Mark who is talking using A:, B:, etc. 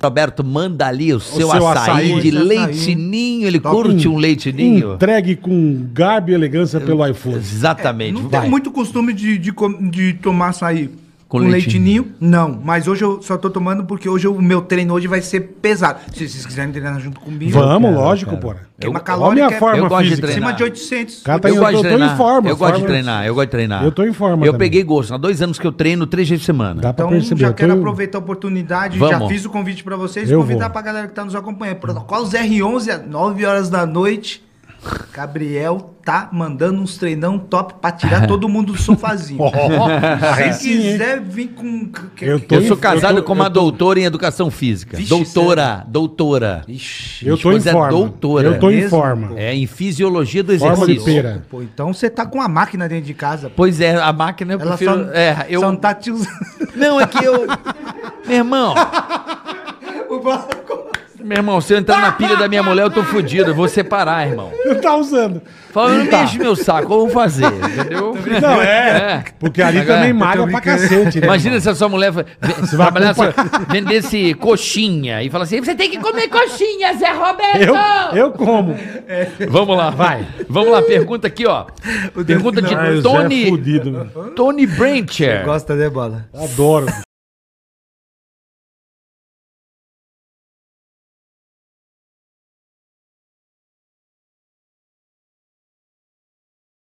A: Roberto, manda ali o seu,
B: seu
A: açaí,
B: açaí. Hum,
A: de
C: Açaí.
A: leite ninho. Ele
B: Tá
A: curte
B: com-
A: um leite ninho?
B: Entregue com garbo e elegância pelo iFood.
A: Exatamente.
C: Não
A: Vai.
C: tenho muito costume de, de, com- de tomar açaí
A: Com
C: com,
A: leitinho.
C: leitinho. Não, mas hoje eu só tô tomando porque hoje o meu treino hoje vai ser pesado. Se vocês quiserem treinar junto comigo,
B: Vamos,
A: quero,
B: lógico,
A: cara.
B: porra.
C: queima
B: Olha a
C: calórica.
B: minha
C: é
B: forma
A: eu gosto de
B: física.
A: treinar.
C: Acima de 800.
B: Cara, tá em-
A: eu gosto de
B: eu tô em
A: treinar.
B: forma,
A: eu gosto de
B: forma.
A: treinar, eu gosto de treinar.
B: Eu tô em forma
A: Eu
B: também.
A: peguei gosto. Há dois anos que eu treino três vezes por semana.
B: Dá pra
C: Então,
B: perceber.
C: já
B: eu tô
C: quero
B: em-
C: aproveitar a oportunidade, já
A: Vamos.
C: fiz o convite pra vocês,
B: Eu
C: convidar
B: vou.
C: pra galera que tá nos acompanhando. Protocolos R11, às 9 horas da noite. Gabriel tá mandando uns treinão top pra tirar todo mundo do sofazinho.
B: Aí
C: Se
B: sim, hein?
C: quiser vir com.
B: Eu tô
A: Eu
B: em-
A: sou casado
B: eu tô-
A: com uma
B: eu tô-
A: doutora em educação física.
C: Vixe,
A: doutora, doutora.
C: Ixi.
B: Eu tô em
A: Mas é
B: forma.
A: doutora.
B: Eu tô em
C: Mesmo,
B: forma.
A: É em fisiologia do
B: Forma de
A: exercício.
B: pera.
C: Pô, então você tá com a máquina dentro de casa. pô.
A: Pois é, a máquina eu
C: Ela
A: prefiro.
C: só,
A: é, eu.
C: só não tá te usando.
A: Não, é que eu. Meu irmão,
C: O Bola Costa.
A: meu irmão, se eu entrar na pilha da minha mulher, eu tô fudido. Eu vou separar, irmão.
B: Não tá usando.
A: Fala, não mexe meu saco, eu vou fazer, entendeu?
B: Tá. Não, é. Porque ali
A: Agora,
B: também
A: eu tô
B: malha pra cacete, né?
A: Imagina se a sua mulher fa- ve-
B: vai
A: trabalhasse, vendesse coxinha e falasse assim: você tem que comer coxinha, Zé Roberto!
B: Eu, eu como.
A: Tipo, Vamos lá, vai. Vamos lá, pergunta aqui, ó. Pergunta de
B: Ai, o Zé é
A: Tony,
B: fudido, meu.
A: Tony Brancher.
C: Gosta, né, Bola?
B: Adoro.